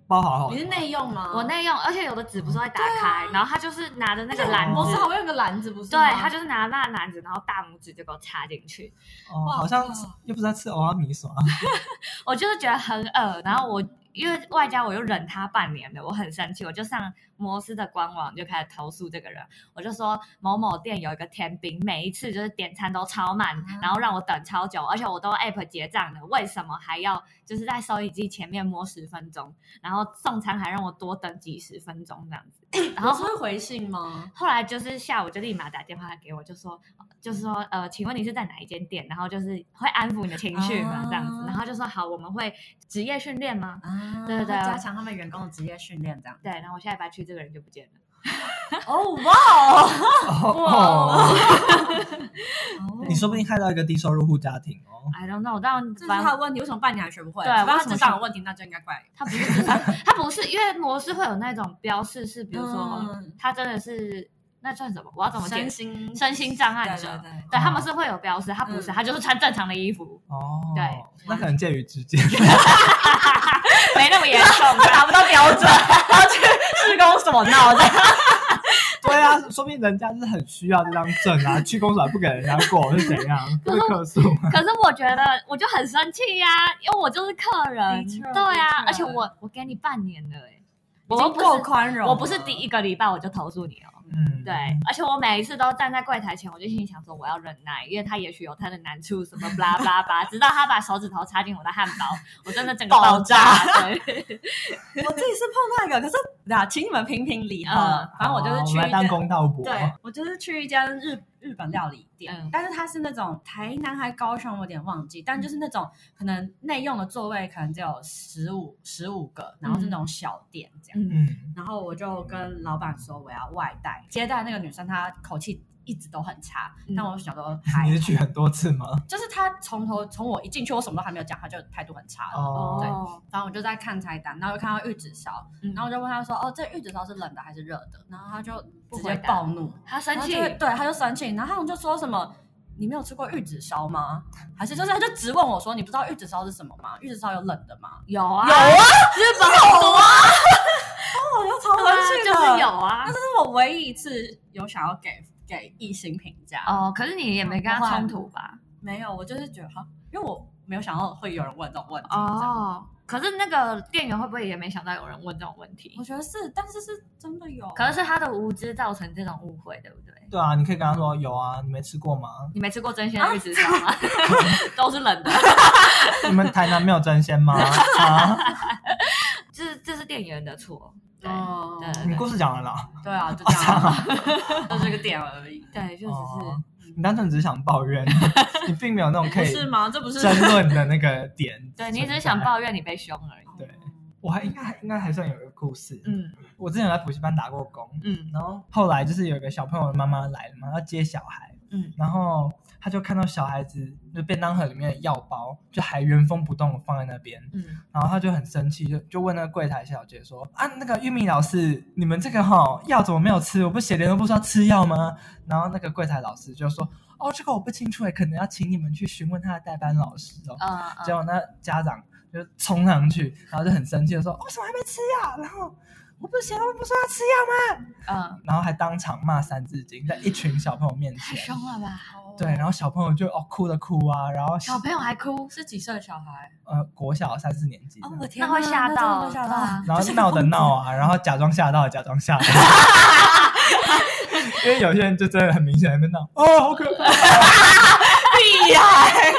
包好好的
你
吗？
是内用吗？
我内用，而且有的纸不是会打开，然后他就是拿啊着那个篮
我
子
是。好用个篮子，不是
对
吗？
他就是拿那篮子，然后大拇指就给我插进去，
哦，
哇
好像又不是在吃欧阿米索 啊。
我就是觉得很恶。然后我因为外加我又忍他半年了，我很生气，我就上摩斯的官网就开始投诉这个人，我就说某某店有一个甜饼，每一次就是点餐都超慢，
嗯
然后让我等超久，而且我都 app 结账了，为什么还要就是在收银机前面摸十分钟，然后送餐还让我多等几十分钟这样子，然
我
后
是会回信吗？
后来就是下午就立马打电话给我，就说就是说呃，请问你是在哪一间店？然后就是会安抚你的情绪嘛，
啊
这样子。然后就说好，我们会职业训练吗？
啊
对对对
会加强他们员工的职业训练 这样。
对，然后我下礼拜去，这个人就不见了。
哦，哇哦，
哦，你说不定害到一个低收入户家庭哦。
I don't know，但
这是
反
他的
正
问题，为什么半年还学不会？
对
如果
为
他
什么嗯
职场有问题，那就应该怪
他不是他不是，因为模式会有那种标示是，比如说
嗯
他真的是那算什么？我要怎么解
身
释？
心
身心障碍
对
者。
对对。
对他们是会有标识，他不是，
嗯
他就是穿正常的衣服，
哦，
对，
那可能介于之间。
没那么严重啊。
达不到标准，然后去施工什么闹的？
对啊，说不定人家是很需要这张证啊，去公所还不给人家过是怎样？
可
会
是
客诉 吗？
可是我觉得我就很生气呀、因为我就是客人，
的确
对啊呀、
的确
而且我我给你半年了、欸，哎，
已
我
经
又不
够
是
宽容 了，
我不是第一个礼拜我就投诉你哦，
嗯，
对，而且我每一次都站在柜台前，我就心里想说我要忍耐，因为他也许有他的难处，什么 blah blah blah，直到他把手指头插进我的汉堡，我真的整个爆炸。对，
我自己是碰到一个，可是啊，请你们评评理啊。
嗯
反正我就是去
好我们来
一
当
间
公道伯，
对，我就是去一间日日本料理店，
嗯
但是它是那种台南还高雄，我有点忘记，但就是那种可能内用的座位可能只有十五十五个，然后是那种小店这样。
嗯，
嗯，
然后我就跟老板说我要外带，接待那个女生她口气一直都很差，
嗯
但我 想说还
你
好
是去很多次吗？
就是她从头从我一进去我什么都还没有讲，她就态度很差了。对
哦，
哦，
然后我就在看菜单，然后就看到玉子烧，
嗯
然后我就问她说：“哦，这玉子烧是冷的还是热的？”然后她就
不
直
回
接
答
暴怒，
他生
然后
气
就，会对，他就生气，然后他们就说什么。你没有吃过玉子烧吗？还是就是他就直问我说，你不知道玉子烧是什么吗？玉子烧有冷的吗？
有啊，有啊，日本有啊，
哦，我就超生气
就
的，
是有啊
那。这是我唯一一次有想要给给异性评价。哦，
哦，可是你也没跟他冲突吧？
没有，我就是觉得哈，因为我没有想到会有人问这种问题。哦，
哦，可是那个店员会不会也没想到有人问这种问题
我？觉得是，但是是真的有。
可能是他的无知造成这种误会，对不对？
对啊，你可以跟他说有啊，你没吃过吗？
你没吃过真鲜玉子烧吗？都是冷的。
你们台南没有真 鲜吗？啊，
这是这是店员的错，对、
哦
对
你故事讲完了，
对啊，就这样，啊 就是个点而已。
对，就只
哦
是
你单纯只是想抱怨， 你并没有那种可
不
以
是吗？这不是
争论的那个点。
对你只是想。抱怨你被凶而已。
对我还应该还应该还算有一个故事，
嗯
我之前有在补习班打过工，
嗯
然后后来就是有一个小朋友的妈妈来了嘛，要接小孩，
嗯，
然后他就看到小孩子就便当盒里面的药包就还原封不动地放在那边，
嗯，
然后他就很生气，就就问那个柜台小姐说：“啊，那个玉米老师，你们这个哈、药怎么没有吃？我不写联络簿说要吃药吗？”然后那个柜台老师就说：“哦，这个我不清楚诶，可能要请你们去询问他的代班老师哦。
呃
结果那家长就冲上去，然后就很生气的说：“哦为什么还没吃药？然后我不是写联络簿说要吃药吗？”
哦
嗯，
然后还当场骂《三字经》在一群小朋友面
太
前
凶，了吧？
对，然后小朋友就哦哭的哭啊，然后
小朋友还哭，
是几岁的小孩？
呃国小三四年级的，
的
那
哪
会吓
那真的
到，
会吓
对
到。
啊
然后闹的闹啊，然后假装吓到，假装 吓到，因为有些人就真的很明显在那边闹，哦好可怕，
厉害！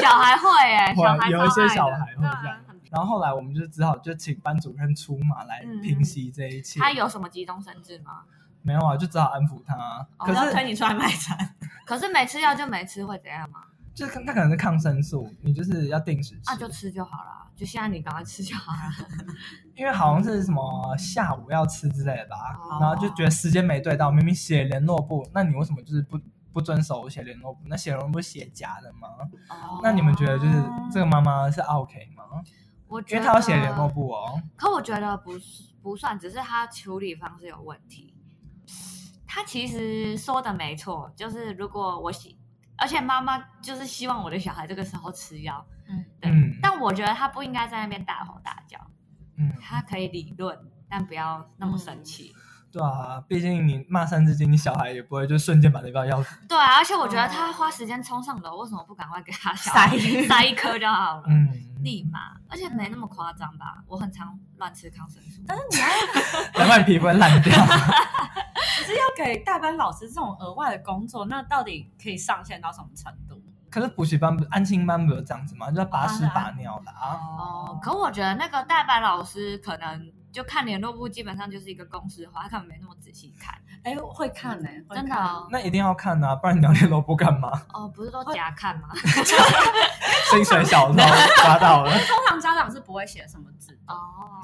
小孩会哎，小孩
会有一些
超
小
爱的啊
孩会这样。然后后来我们就只好就请班主任出马来
嗯
平息这一切。
他有什么急中生智吗？
没有啊？就只好安抚他啊。
哦
可
然后
是
推你出来卖 惨，
可是没吃药就没吃会怎样吗？
就是他可能是抗生素，你就是要定时吃。
啊，就吃就好了，就现在你赶快吃就好了。啊
因为好像是什么下午要吃之类的吧，
哦
然后就觉得时间没对到，明明写联络簿，那你为什么就是不不遵守我写联络簿？那写联络簿是写假的吗？
哦
那你们觉得就是这个妈妈是 OK 吗？
我觉
因
得
为她要写联络簿哦，
可我觉得不是不算，只是他处理方式有问题。他其实说的没错，就是如果我喜，而且妈妈就是希望我的小孩这个时候吃药，
嗯
对。啊
嗯
但我觉得他不应该在那边大吼大叫，
嗯，
他可以理论，但不要那么生气。
对啊，毕竟你骂三字经，你小孩也不会就瞬间把那包药
对啊，而且我觉得他花时间冲上楼，为什么不赶快给他小
塞
孩 塞一颗就好了？
嗯，
立马，而且没那么夸张吧？我很常乱吃抗生素，
难怪你皮肤会烂掉。
可是要给代班老师这种额外的工作，那到底可以上限到什么程度？
可是补习班不安亲班不是这样子吗？就要把屎把尿的啊，
哦，可我觉得那个代班老师可能就看联络部，基本上就是一个公式化，他可能没那么仔细看。
哎，会看呢，会
真的
看
哦，
那一定要看啊，不然你聊联络簿干嘛？
哦，不是都假看吗？
薪水小 偷抓到了。
通常家长是不会写什么字，
哦，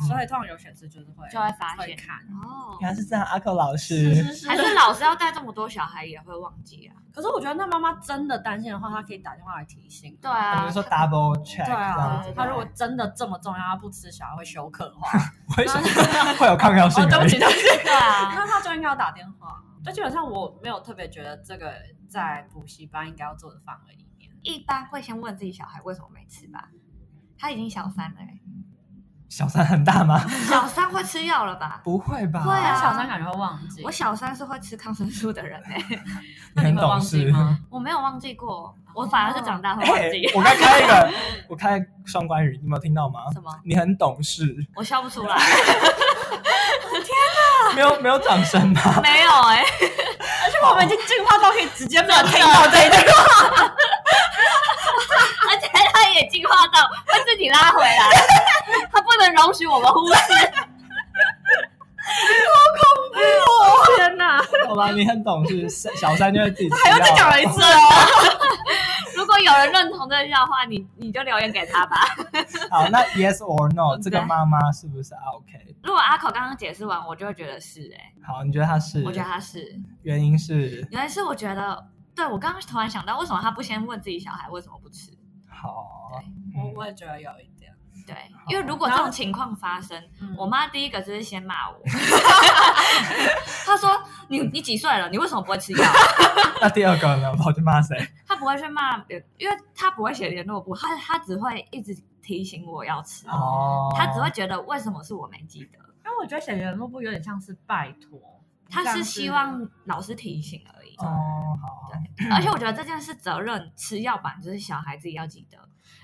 所以通常有写字嗯就是会
就会发现
会看。
哦，
原来是这样，阿克老
是
师。
是是
还，是老师要带这么多小孩也会忘记啊？
可是我觉得那妈妈真的担心的话，她可以打电话来提醒。
对
我
啊
们，说 double check
对
这样
啊
子，，
她如果真的这么重要，她不吃小孩会休 克的话，
为什么会有抗药性
哦，对
而
不起，
已？
对不 起，
对啊，
那她就应该要打电话。就基本上我没有特别觉得这个在补习班应该要做的范围里面。
一般会先问自己小孩为什么没吃吧？他已经小三了欸，
小三很大吗？
小三会吃药了吧？
不会吧？
会啊
但小三感觉会忘记，
我小三是会吃抗生素的人哎，
你
那你
很
会忘
懂
记
事。
吗？
我没有忘记过，我反而是长大会忘
哎
记。
我刚开一 个，我开双关语，你有没有听到吗？
什么？
你很懂事，
我笑不出来。
没有没有掌声 吧？
没有哎、
而且我们已经进化到可以直接没有听到这一句，
而且他也进化到会自己拉回 来，他不能容许我们忽 视。好恐怖、哦！天哪！
好吧，你很懂事，小三就会自己吃
还要再
药
讲
了
一次哦。
如果有人认同这笑话，你你就留言给他吧。
好，那 yes or no 这个
对
妈妈是不是啊 OK？
如果阿口刚刚解释完，我就会觉得是哎、
好，你觉得她是？
我觉得他是，
原因是
原来是我觉得，对我刚刚突然想到，为什么他不先问自己小孩为什么不吃？
好，嗯
我我也觉得有一点，
对，因为如果这种情况发生，我
我
妈第一个就是先骂我， 她说你你几岁了？你为什么不会吃药？
那第二个呢？跑去骂 谁？
她不会去骂别人，因为她不会写联络簿，她她只会一直提醒我要吃，
哦，
她只会觉得为什么是我没记得，
因为我觉得写原落部有点像是拜托，
她是希望老师提醒而已。
哦，好，
而且我觉得这件事责任吃药吧，就是小孩自己要记得。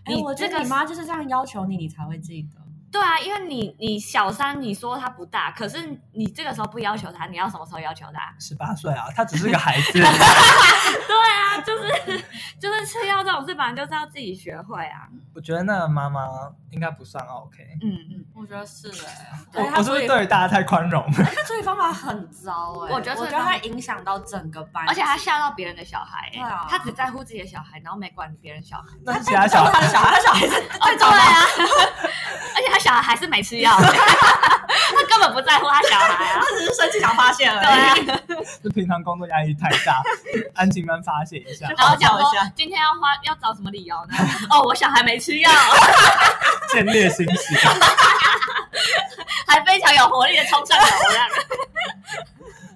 哎、
你
我觉
这
得
个
你妈就是这样要求你，你才会记得。
对啊，因为你你小三你说他不大，可是你这个时候不要求他，你要什么时候要求他？
十八岁啊，她只是个孩 子，
对啊，就是就是 吃药这种事，本来就是要自己学会啊。
我觉得那个妈妈应该不算 OK。
嗯嗯，
我觉得是哎，
我
对
我是不是对于大家太宽容了？
他处理方法很糟哎、
我觉得处
我觉
理
得
方法
它影响到整个班级，
而且他吓到别人的小孩、欸，
对啊
他只在乎自己的小孩，然后没管别人小孩。
那其他小
他
孩
的小孩，他小孩是
哦，对啊， 而且他小孩还是没吃 药，他根本不在乎他小孩啊。
他只是生气想发现而
对
已。
啊，
就平常工作压力太大， 安静班发泄一 下，
然后讲
好
说
笑一下
今天要花要找什么理由呢？哦，我小孩没吃药，
见猎心喜。
还非常有活力的冲上楼这样。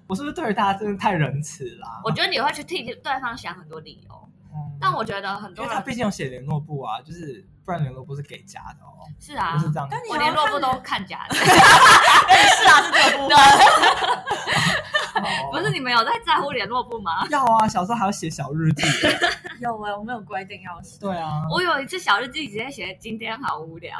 我是不是对于大家真的太仁慈啦？
我觉得你会去替对方想很多理由，
嗯
但我觉得很
因
多
为他
人
毕竟有写联络簿啊，就是不然联络簿是给家的哦，
是啊
不，是这样。
但你
我连络簿都看 假的，
是啊，是这个部分。
哦
不是你们有在在乎联络簿吗？
要啊，小时候还要写小日 记。
有哎、我没有规定要写。
对啊，
我有一次小日记直接写今天好无 聊，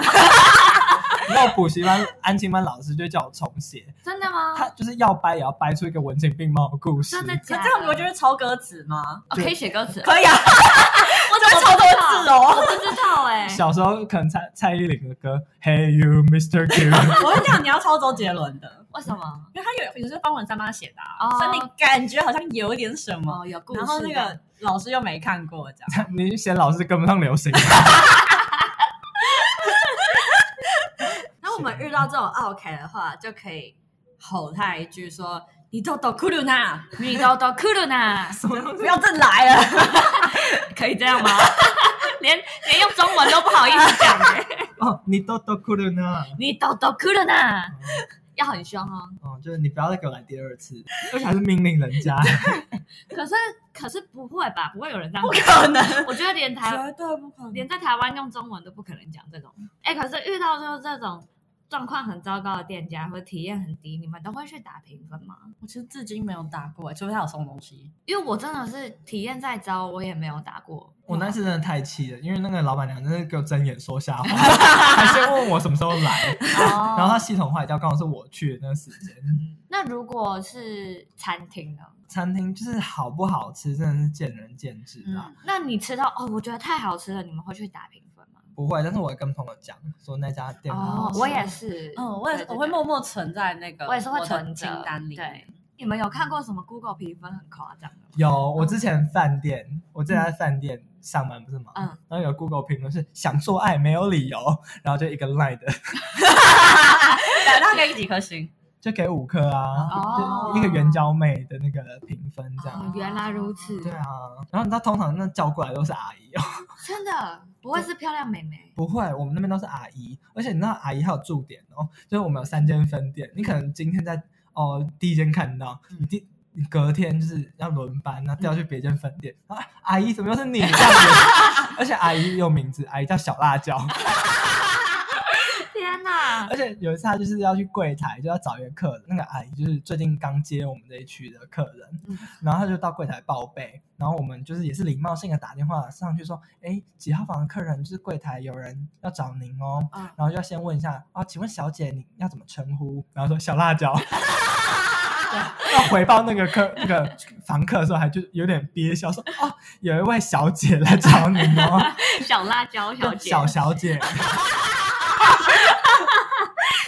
然后补习班、安亲班老师就叫我重写，
真的吗？
他就是要掰也要掰出一个文情并茂的故事
真。的
可
假的？
这样不就是抄歌词吗？
哦可以写歌词，
可以啊，
我
这
怎么
边超
不
多
知道
字哦。
我不知道哎，
小时候可能蔡蔡依林的歌，Hey you Mr. Q，
我跟你讲，你要抄周杰伦的，
为什么？
因为他有有些方文山帮他写的、啊
哦
所以你感觉好像有点什么。
哦，有故事
然
的。
后那个老师又没看过，这样。
你嫌老师跟不上流行。啊
然后我们遇到这种 OK 的话，就可以吼他一句说：“你都都库鲁娜，
你都都哭了呢，
不要再来了。
可以这样吗？ 连连用中文都不好意思讲哎，
哦，你都都哭了呢。
你都都哭了呢，要很凶哦。
哦，就是你不要再给我来第二次，而且还是命令人家。
可是可是不会吧？不会有人这样讲。”
可能，
我觉得连台
绝对不可能。
连在台湾用中文都不可能讲这种。哎，可是遇到就是这种状况很糟糕的店家，或体验很低，你们都会去打评分吗？
我其实至今没有打过，除非他有送东西。
因为我真的是体验再糟，我也没有打过。
我那次真的太气了，因为那个老板娘真的给我睁眼说瞎话， 还先问我什么时候来，
哦
然后她系统坏掉，刚好是我去的那个时间。
那如果是餐厅呢？
餐厅就是好不好吃，真的是见仁见智啦。
嗯，
那你吃到哦，我觉得太好吃了，你们会去打评分吗？
不会，但是我会跟朋友讲说那家店很好
哦
吃。，
我也是，
嗯，我也是，
对
我会，默默存在那
对
个
对我也是会
的
存
清
着
单里。
对，，你们有看过什么 Google 评分很夸张的吗？
有，我之前饭店，我之前在饭店上班不是吗？
嗯
然后有 Google 评论是想做爱没有理由， 然后就一个 line 的，
大概几颗 星？
就给五颗啊，
哦
就一个援交妹的那个评分这样。
哦，原来如此，
对啊，然后你知道通常那叫过来都是阿姨哦，
真的不会是漂亮妹妹
不会，我们那边都是阿姨，而且你知道阿姨还有驻点哦，就是我们有三间分店，你可能今天在哦第一间看到，
嗯
你第你隔天就是要轮班，然后调去别间分店，
嗯
啊阿姨怎么又是你这样 子？而且阿姨有名字，阿姨叫小辣椒，
天哪
而！且且有一次他就是要去柜台，就要找一个客人，那个阿姨就是最近刚接我们这一区的客人，
嗯
然后他就到柜台报备，然后我们就是也是礼貌性的打电话上去说，哎，几号房的客人就是柜台有人要找您哦，
嗯
然后就要先问一下啊，请问小姐你要怎么称呼？然后说小辣 椒。对要回报那个客那个房客的时候，还就有点憋笑说：“哦，有一位小姐来找您哦。”
小辣椒小姐，
小小 姐，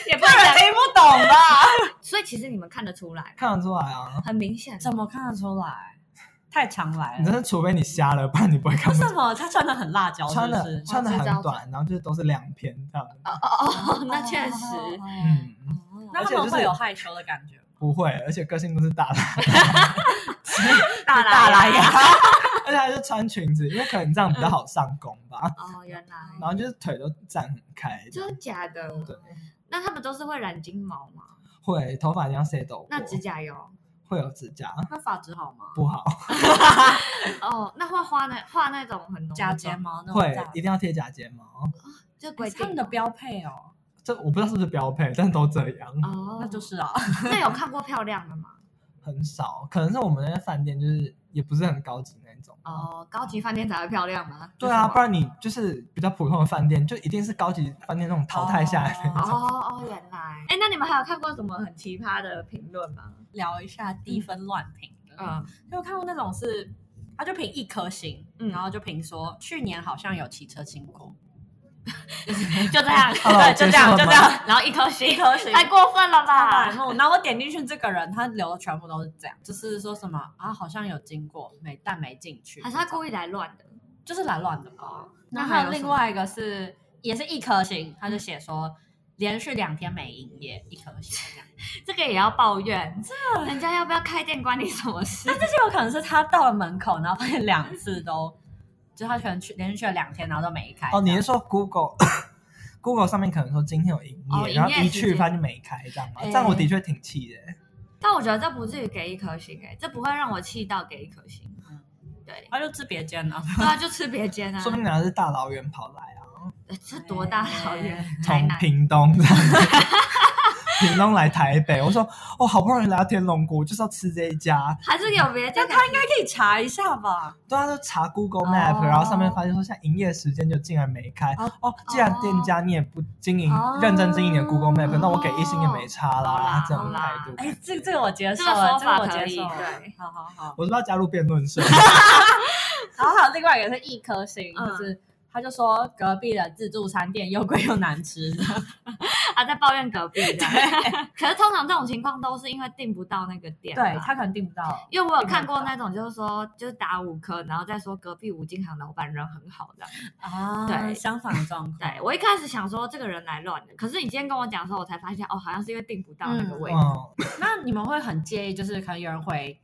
也不能讲
听不啊懂啊吧？
所以其实你们看得出来，
看得出来啊！
很明显。
怎么看得出来？太常来
你
了。
真的除非你瞎了，不然你不会看
为
不
什
出。
么他穿的很辣椒？
穿
是不
的
是
穿的
我知道
很短，然后就是都是两片这样。
哦，那确实，
嗯，
哦
那他们会有害羞的感觉吗？
不会，而且个性都是大辣，
大
大
拉
拉
呀。
牙，
而且还是穿裙子，因为可能这样比较好上攻 吧。
哦，原来
然后就是腿都站很开，
真的假的
对？
那他们都是会染金毛吗？
会头发一定要 set 抖过，
那指甲油？
会有指甲
那发质好吗？
不好，
哦，那会画那画那种很浓的
假
妆
睫，毛那种
会
假
一定要贴假睫毛。
就规
哎他
定
们的标配哦，
这我不知道是不是标配，但都这样，
哦，
那就是啊，
那有看过漂亮的吗？
很少。可能是我们那些饭店就是也不是很高级那种。
哦，高级饭店才会漂亮吗？
对啊，
为
不然你就是比较普通的饭店，就一定是高级饭店那种淘汰下来的
什
那
么
种。
哦哦，原来。哎，那你们还有看过什么很奇葩的评论吗？
聊一下地分乱评的。
嗯，
就我看过那种是，他就评一颗星，
嗯
然后就评说去年好像有骑车经过，
嗯就这 样，
好了
对，哦就这样，
结束了吗
就这样，然后一颗星，
一颗星
太过分了
超
吧
白？目。然后我点进去这个人，他留的全部都是这样，就是说什么啊，好像有经过，没但没进去，
还啊是他故意来乱的？
就是来乱的吧。然
那
后
还
还
有
有
什么嗯
另外一个是，也是一颗星，他就写说连续两天没营业，一颗星这样。
这个也要抱怨？这人家要不要开店关你什么事？
这就有可能是他到了门口，然后发现两次都，就他可能去连续去了两天，然后都没开。
哦，你是说 Google Google 上面可能说今天有营业，
哦营业
然后一
时
去
间
发现没开，这样吗？
哎
这样我的确挺气的。
但我觉得这不至于给一颗星哎、这不会让我气到给一颗星。
嗯，
对
他就吃别间 了，
对啊，就吃别间啊
说，明人家是大老远跑来啊，
呃这多大老远，台
从
南
屏东这样子。 屏东来台北，我说哦，好不容易来到天龙谷，就是要吃这一家。
还是有别
那
间？
他应该可以查一下吧？
对啊，就查 Google Map，、
哦
然后上面发现说，现在营业时间就竟然没开。
哦
哦，既然店家你也不经营、
哦
认真经营你的 Google Map，、
哦
那我给一星也没差
好啦
啦，这
好
种态
啦
度。
哎，这这个我接
这
受
个
了，
说
这个
法
我
可
接
以
受了。
对，
好好好。
我是不是要加入辩论社，
然后还有另外一个是一颗星，
嗯
就是他就说隔壁的自助餐店又贵又难吃，
啊，在抱怨隔壁的。 可是通常这种情况都是因为订不到那个店吧。
对他可能订不到。
因为我有看过那种，就是说，就是打五颗，然后再说隔壁五金行老板人很好的。
啊
对
相反的状况。
对我一开始想说这个人来乱的，可是你今天跟我讲的时候，我才发现哦，好像是因为订不到那个位置。
嗯，
那你们会很介意，就是可能有人回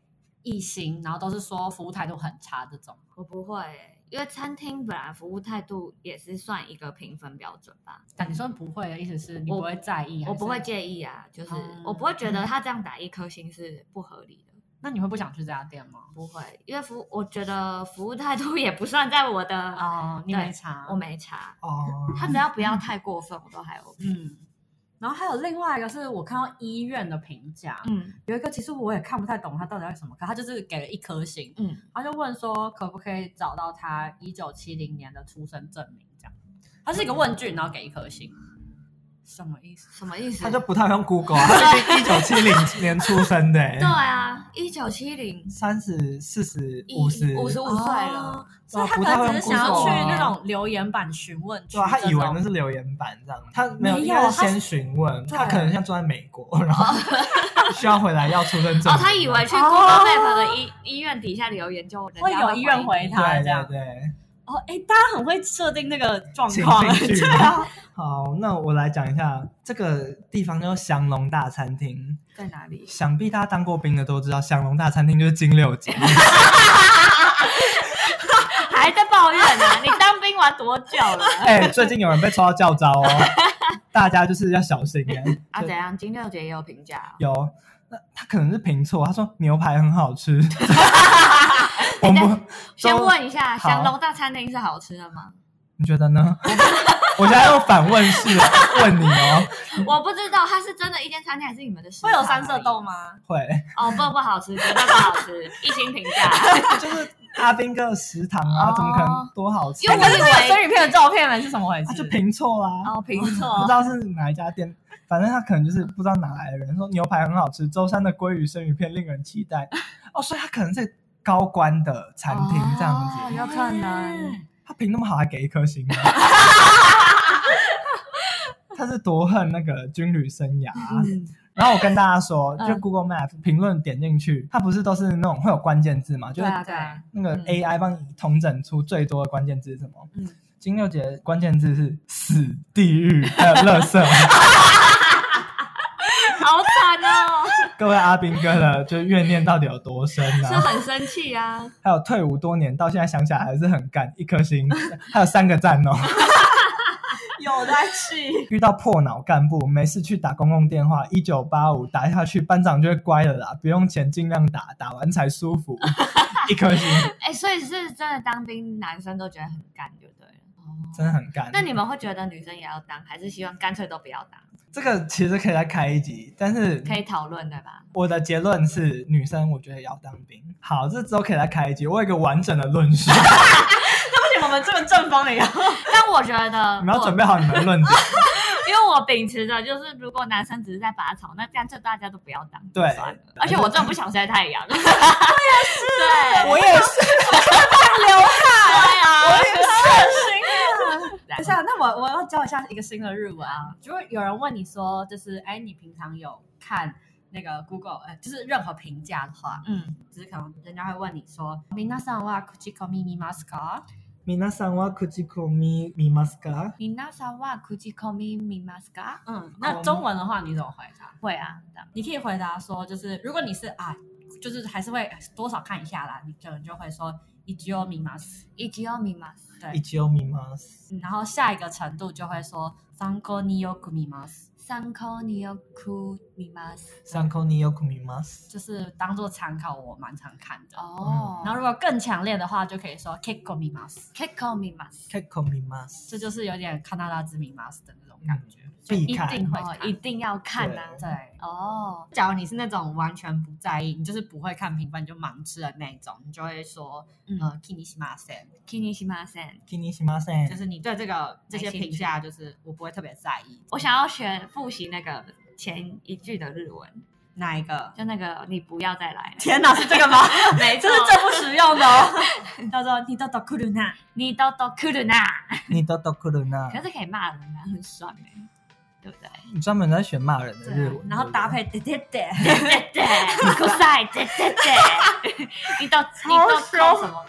一星，然后都是说服务态度很差这种。
我不会欸，因为餐厅本来服务态度也是算一个评分标准吧，
但你说不会的意思是你不会在意，
我不会
还是。
介意啊，就是、
嗯
我不会觉得他这样打一颗星是不合理的，
那你会不想去这家店吗？
不会，因为服我觉得服务态度也不算在我的，
哦，你
对
没查，
我没查，
哦，
他只要不要太过分，我都还 OK。
嗯。然后还有另外一个是我看到医院的评价，
嗯
有一个其实我也看不太懂他到底要什么，可他就是给了一颗星，
嗯，
他就问说可不可以找到他一九七零年的出生证明这样，他是一个问句，然后给一颗星，什么意思？
什么意思？
他就不太用 Google，啊他是一九七零年出生的、欸
对啊，一九七零
三十四十
一
五十
五十五岁了，
哦，所以他可能只是想要去那种留言板询问区
啊对啊，他以为那
这种
是留言板这样，他没有，
没有
应该是
他
先询问，
对
他可能像住在美国，然后需要回来要出生证
哦，
明
他以为去 Google Map 的医、医院底下留言就人家
会有医院
回
回
你
他
对
这
对
样。
对。
哦，哎，大家很会设定那个状
情
况，
境剧
对啊，
好，那我来讲一下这个地方叫祥龙大餐厅。
在哪里？
想必大家当过兵的都知道，祥龙大餐厅就是金六街。
还在抱怨呢、你当兵玩多久 了？
哎、最近有人被抽到教招哦，大家就是要小心哎、
啊，怎样？金六姐也有评价哦、
有，那他可能是评错，他说牛排很好吃。我们
先问一下，
好
祥龙大餐厅是好吃的吗？
你觉得呢？ 我现在用反问式的问你哦，
我不知道它是真的一间餐厅还是你们的食堂
会有三色
而
豆
已
吗？
会
哦，不不好吃，绝对不好吃，一星评价。
就是阿兵哥的食堂啊，
哦
怎么可能多好吃？
因为我
可是
以
那
为
个生鱼片的照片呢是怎么回
他啊就
事？
评错啦，
哦， 评
不知
错，
道是哪一家店，反正他可能就是不知道哪来的人说牛排很好吃，舟山的鲑鱼生鱼片令人期待。哦，所以他可能是高官的餐厅这样
哦
子，
有可能。
他评那么好还给一颗 星吗？他是多恨那个军旅生涯啊、
嗯，
然后我跟大家说，
嗯
就 Google Map 评论点进去，它不是都是那种会有关键字嘛？就
对
是
啊对啊，
那个
嗯
AI 帮你统整出最多的关键字是什么？
嗯
金六姐的关键字是死、地狱还有垃圾。
好惨哦，
各位阿兵哥的，就怨念到底有多深
是
啊？
很生气啊。
还有退伍多年到现在想起来还是很干，一颗星，还有三个赞哦。
有在去，
遇到破脑干部，没事去打公共电话，一九八五打下去，班长就会乖了啦，不用钱尽量打，打完才舒服。一颗星
哎，所以是真的当兵，男生都觉得很干，就对了。
真的很干。
那你们会觉得女生也要当，还是希望干脆都不要当？
这个其实可以再开一集，但是
可以讨论对吧？
我的结论是，女生我觉得也要当兵。好，这之后可以再开一集，我有一个完整的论述，
而且我们这么正方的呀，
但我觉得
你们要
我
准备好你们的论点。
因为我秉持着就是，如果男生只是在拔草，那干脆大家都不要当，
对
算了。而且我最不想晒太 阳，我也是，对，
我也是，
对啊，
等一下，那我我要教一下一个新的日文啊。如果有人问你说，就是哎，你平常有看那个 Google，呃，就是任何评价的话，
嗯，
就是可能人家会问你说，皆さんは口コミ見ますか？
皆さんは口コミ見ますか？
你那啥哇，估计 call me me maska，
嗯，那中文的话你怎么回答？
会啊，这样
你可以回答说，就是如果你是啊，就是还是会多少看一下啦，你可能就会说一応見ます。
一直要 me mas，
一応見ます。
然后下一个程度就会说参考によく見ます，
三口你要哭 me mas，
参考によく見ます。
就是当做参考，我蛮常看的。
哦，
然后如果更强烈的话，就可以说 k i k o m i m a s
kick call me mas，
結構見ます。
这就是有点看到拉之米 mas 的那种感觉，就
必
一
看
定会
哦，
嗯看
一定要看啊，
对。
哦，
假如你是那种完全不在意，你就是不会看评分你就盲吃的那种，你就会说
嗯
呃 k i n i s m a s e n
，kini s h i m a s e n
気にしませ
就
ん。
是你对这个这些
没兴
评
趣
价，就是我不会特别在意。
我想要学复习那个前一句的日文，
哪一个？
就那个你不要再来了，
天哪，是这个 吗？
没
这是最不实用的哦，叫做你的 d o k u r u n a
你都都哭了呐。
你都都哭了呢
可。是可以骂人啊，很爽哎、对不对？
你专门在选骂人的
对
日
啊
文，，
然后搭配 d d d
对对，酷晒，对对对，你都你
好
都
凶
抠什么？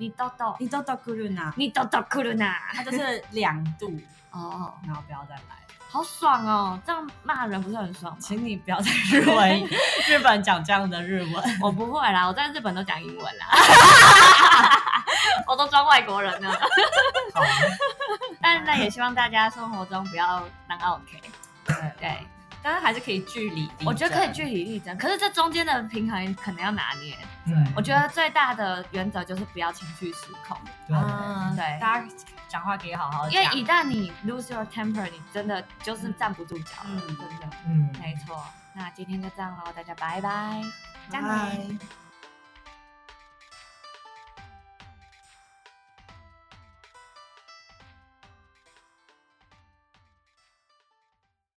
你都都
你的 d o k u r u n a
你都都哭了呐！
它就是两度，
哦，
然后不要再来。
好爽哦！这样骂人不是很爽吗？
请你不要在日文日本讲这样的日文。
我不会啦，我在日本都讲英文啦，我都装外国人呢。
好啊
但是也希望大家生活中不要当 OK。对，
但是还是可以据理力争
我觉得可以据理力争，可是这中间的平衡可能要拿捏。
嗯
我觉得最大的原则就是不要情绪失控。
对啊
嗯，
对
大家讲话可以好好
因
讲
为。一旦你 lose your temper，你真的就是站不住脚了，
嗯
真的，
嗯，
没错。那今天就这样喽，大家拜拜，拜。
拜
拜。